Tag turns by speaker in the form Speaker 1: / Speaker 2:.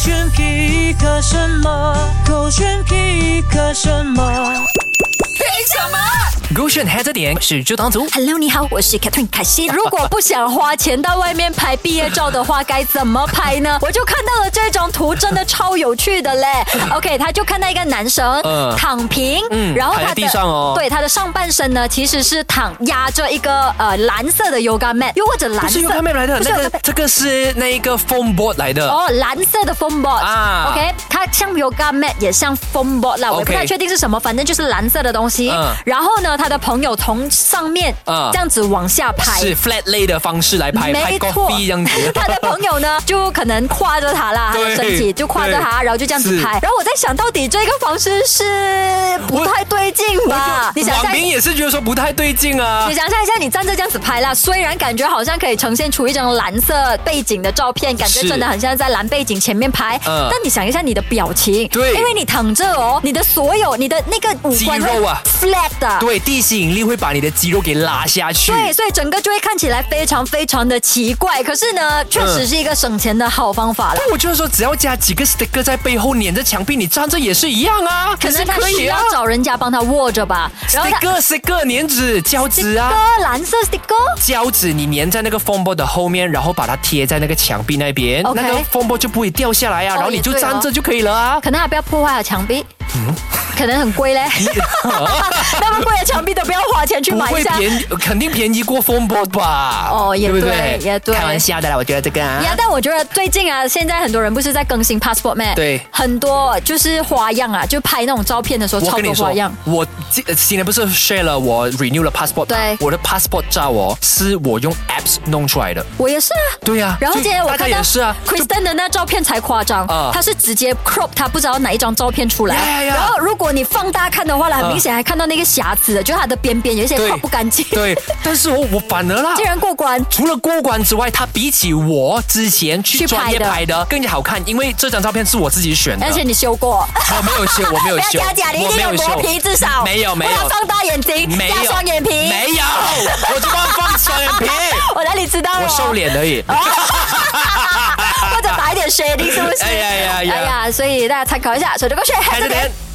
Speaker 1: 选皮克什么？狗选皮克什么？
Speaker 2: 勾选黑着点是就当族。
Speaker 3: Hello，你好，我是 Catherine 凯西。
Speaker 4: 如果不想花钱到外面拍毕业照的话，该怎么拍 呢？我就看到了这张图，真的超有趣的嘞。OK，他就看到一个男生、
Speaker 2: 嗯
Speaker 4: 躺平，
Speaker 2: 嗯
Speaker 4: 然后他
Speaker 2: 躺在
Speaker 4: 的
Speaker 2: 地上哦
Speaker 4: 对他的上半身呢，其实是躺压着一个呃蓝色的 yoga mat，又或者蓝
Speaker 2: 不
Speaker 4: 色
Speaker 2: 是 Yoga Map 来的，
Speaker 4: 不是
Speaker 2: 那
Speaker 4: yoga mat
Speaker 2: 个这个是那一个 Foam Board 来的。
Speaker 4: 哦，蓝色的 foam board
Speaker 2: 啊
Speaker 4: o k 它像 yoga mat 也像 foam board 啦，我也不
Speaker 2: OK
Speaker 4: 太确定是什么，反正就是蓝色的东西。
Speaker 2: 嗯
Speaker 4: 然后呢，他的朋友从上面
Speaker 2: 嗯
Speaker 4: 这样子往下拍，
Speaker 2: 是 flat lay 的方式来拍拍
Speaker 4: 没。
Speaker 2: coffee 这样子
Speaker 4: 他的朋友呢，就可能挎着他啦，他的
Speaker 2: 对
Speaker 4: 身体就挎着他，
Speaker 2: 对
Speaker 4: 然后就这样子
Speaker 2: 是
Speaker 4: 拍。然后我在想到底这个方式是不
Speaker 2: 我
Speaker 4: 太对劲 吧？啊你想
Speaker 2: 网
Speaker 4: 象。
Speaker 2: 民也是觉得说不太对劲啊
Speaker 4: 你。想象一下，你站着这样子拍啦，虽然感觉好像可以呈现出一张蓝色背景的照片，感觉
Speaker 2: 是
Speaker 4: 真的很像在蓝背景前面拍。
Speaker 2: 嗯
Speaker 4: 但你想一下你的表情，
Speaker 2: 对
Speaker 4: 因为你躺着哦，你的所有你的那个五官
Speaker 2: 肌肉啊
Speaker 4: 会，flat 的，
Speaker 2: 对，地吸引力会把你的肌肉给拉下去。
Speaker 4: 对，所以整个就会看起来非常非常的奇怪。可是呢，确
Speaker 2: 嗯
Speaker 4: 实是一个省钱的好方法啦。
Speaker 2: 那我就是说，只要加几个 sticker 在背后粘着墙壁，你站着也是一样啊，
Speaker 4: 可能
Speaker 2: 也
Speaker 4: 他
Speaker 2: 可
Speaker 4: 需
Speaker 2: 以啊
Speaker 4: 要。找人家帮他握着吧，然后他
Speaker 2: sticker sticker 粘纸胶纸啊，
Speaker 4: 哥蓝色 sticker。
Speaker 2: 胶纸你粘在那个 foam board 的后面，然后把它贴在那个墙壁那边
Speaker 4: OK
Speaker 2: 那个 foam board 就不会掉下来啊，
Speaker 4: 哦
Speaker 2: 然后你
Speaker 4: 也
Speaker 2: 就
Speaker 4: 对哦
Speaker 2: 站着就可以了啊。
Speaker 4: 可能还不要破坏了墙壁，
Speaker 2: 嗯
Speaker 4: 可能很贵 嘞。 那么贵的墙壁都不要花钱去
Speaker 2: 不
Speaker 4: 买一
Speaker 2: 会
Speaker 4: 下。
Speaker 2: 便宜，肯定便宜过 foam board 吧？
Speaker 4: 哦也
Speaker 2: 对不
Speaker 4: 对也对
Speaker 2: 开玩笑的啦，我觉得这个啊。
Speaker 4: 呀，但我觉得最近啊，现在很多人不是在更新 passport 咩？
Speaker 2: 对
Speaker 4: 很多就是花样啊，就拍那种照片的时候
Speaker 2: 我
Speaker 4: 超
Speaker 2: 跟
Speaker 4: 多
Speaker 2: 你说
Speaker 4: 花样。，
Speaker 2: 我今呃今年不是 share 了我 renew 了 passport，吗
Speaker 4: 对
Speaker 2: 我的 passport 照哦，是我用 apps 弄出来的。
Speaker 4: 我也是啊。
Speaker 2: 对啊，
Speaker 4: 然后
Speaker 2: 就
Speaker 4: 今天我
Speaker 2: 大家
Speaker 4: 看到
Speaker 2: 也是啊，
Speaker 4: Kristen 的那照片才夸张
Speaker 2: 啊，
Speaker 4: 他是直接 crop 他不知道哪一张照片出来，
Speaker 2: 呀呀呀
Speaker 4: 然后如果你放大看的话呢，很明显还看到那个瑕疵的，就是它的边边有一些
Speaker 2: 对
Speaker 4: crop 不干净，
Speaker 2: 对，但是哦我我反而啦
Speaker 4: 竟。然过关。
Speaker 2: 除了过关之外，它比起我之前去
Speaker 4: 去拍
Speaker 2: 专业
Speaker 4: 的
Speaker 2: 拍的更加好看，因为这张照片是我自己选的
Speaker 4: 而。且你修过，
Speaker 2: 我没有修，我没有修，
Speaker 4: 不要假假，你一
Speaker 2: 我
Speaker 4: 定
Speaker 2: 没
Speaker 4: 有
Speaker 2: 有
Speaker 4: 磨
Speaker 2: 修
Speaker 4: 皮至少，
Speaker 2: 没有没
Speaker 4: 我要
Speaker 2: 有
Speaker 4: 放大眼睛，
Speaker 2: 没有
Speaker 4: 要双眼皮，
Speaker 2: 没有，我就帮放双眼 皮，
Speaker 4: 我哪里知道
Speaker 2: 我瘦
Speaker 4: 哦？
Speaker 2: 脸而已。
Speaker 4: 或者打一点 shading 是不是？
Speaker 2: 哎呀呀呀
Speaker 4: 哎呀，所以大家参考一下，手机过去，
Speaker 2: 开
Speaker 4: 黑着
Speaker 2: 着
Speaker 4: 点
Speaker 2: 点。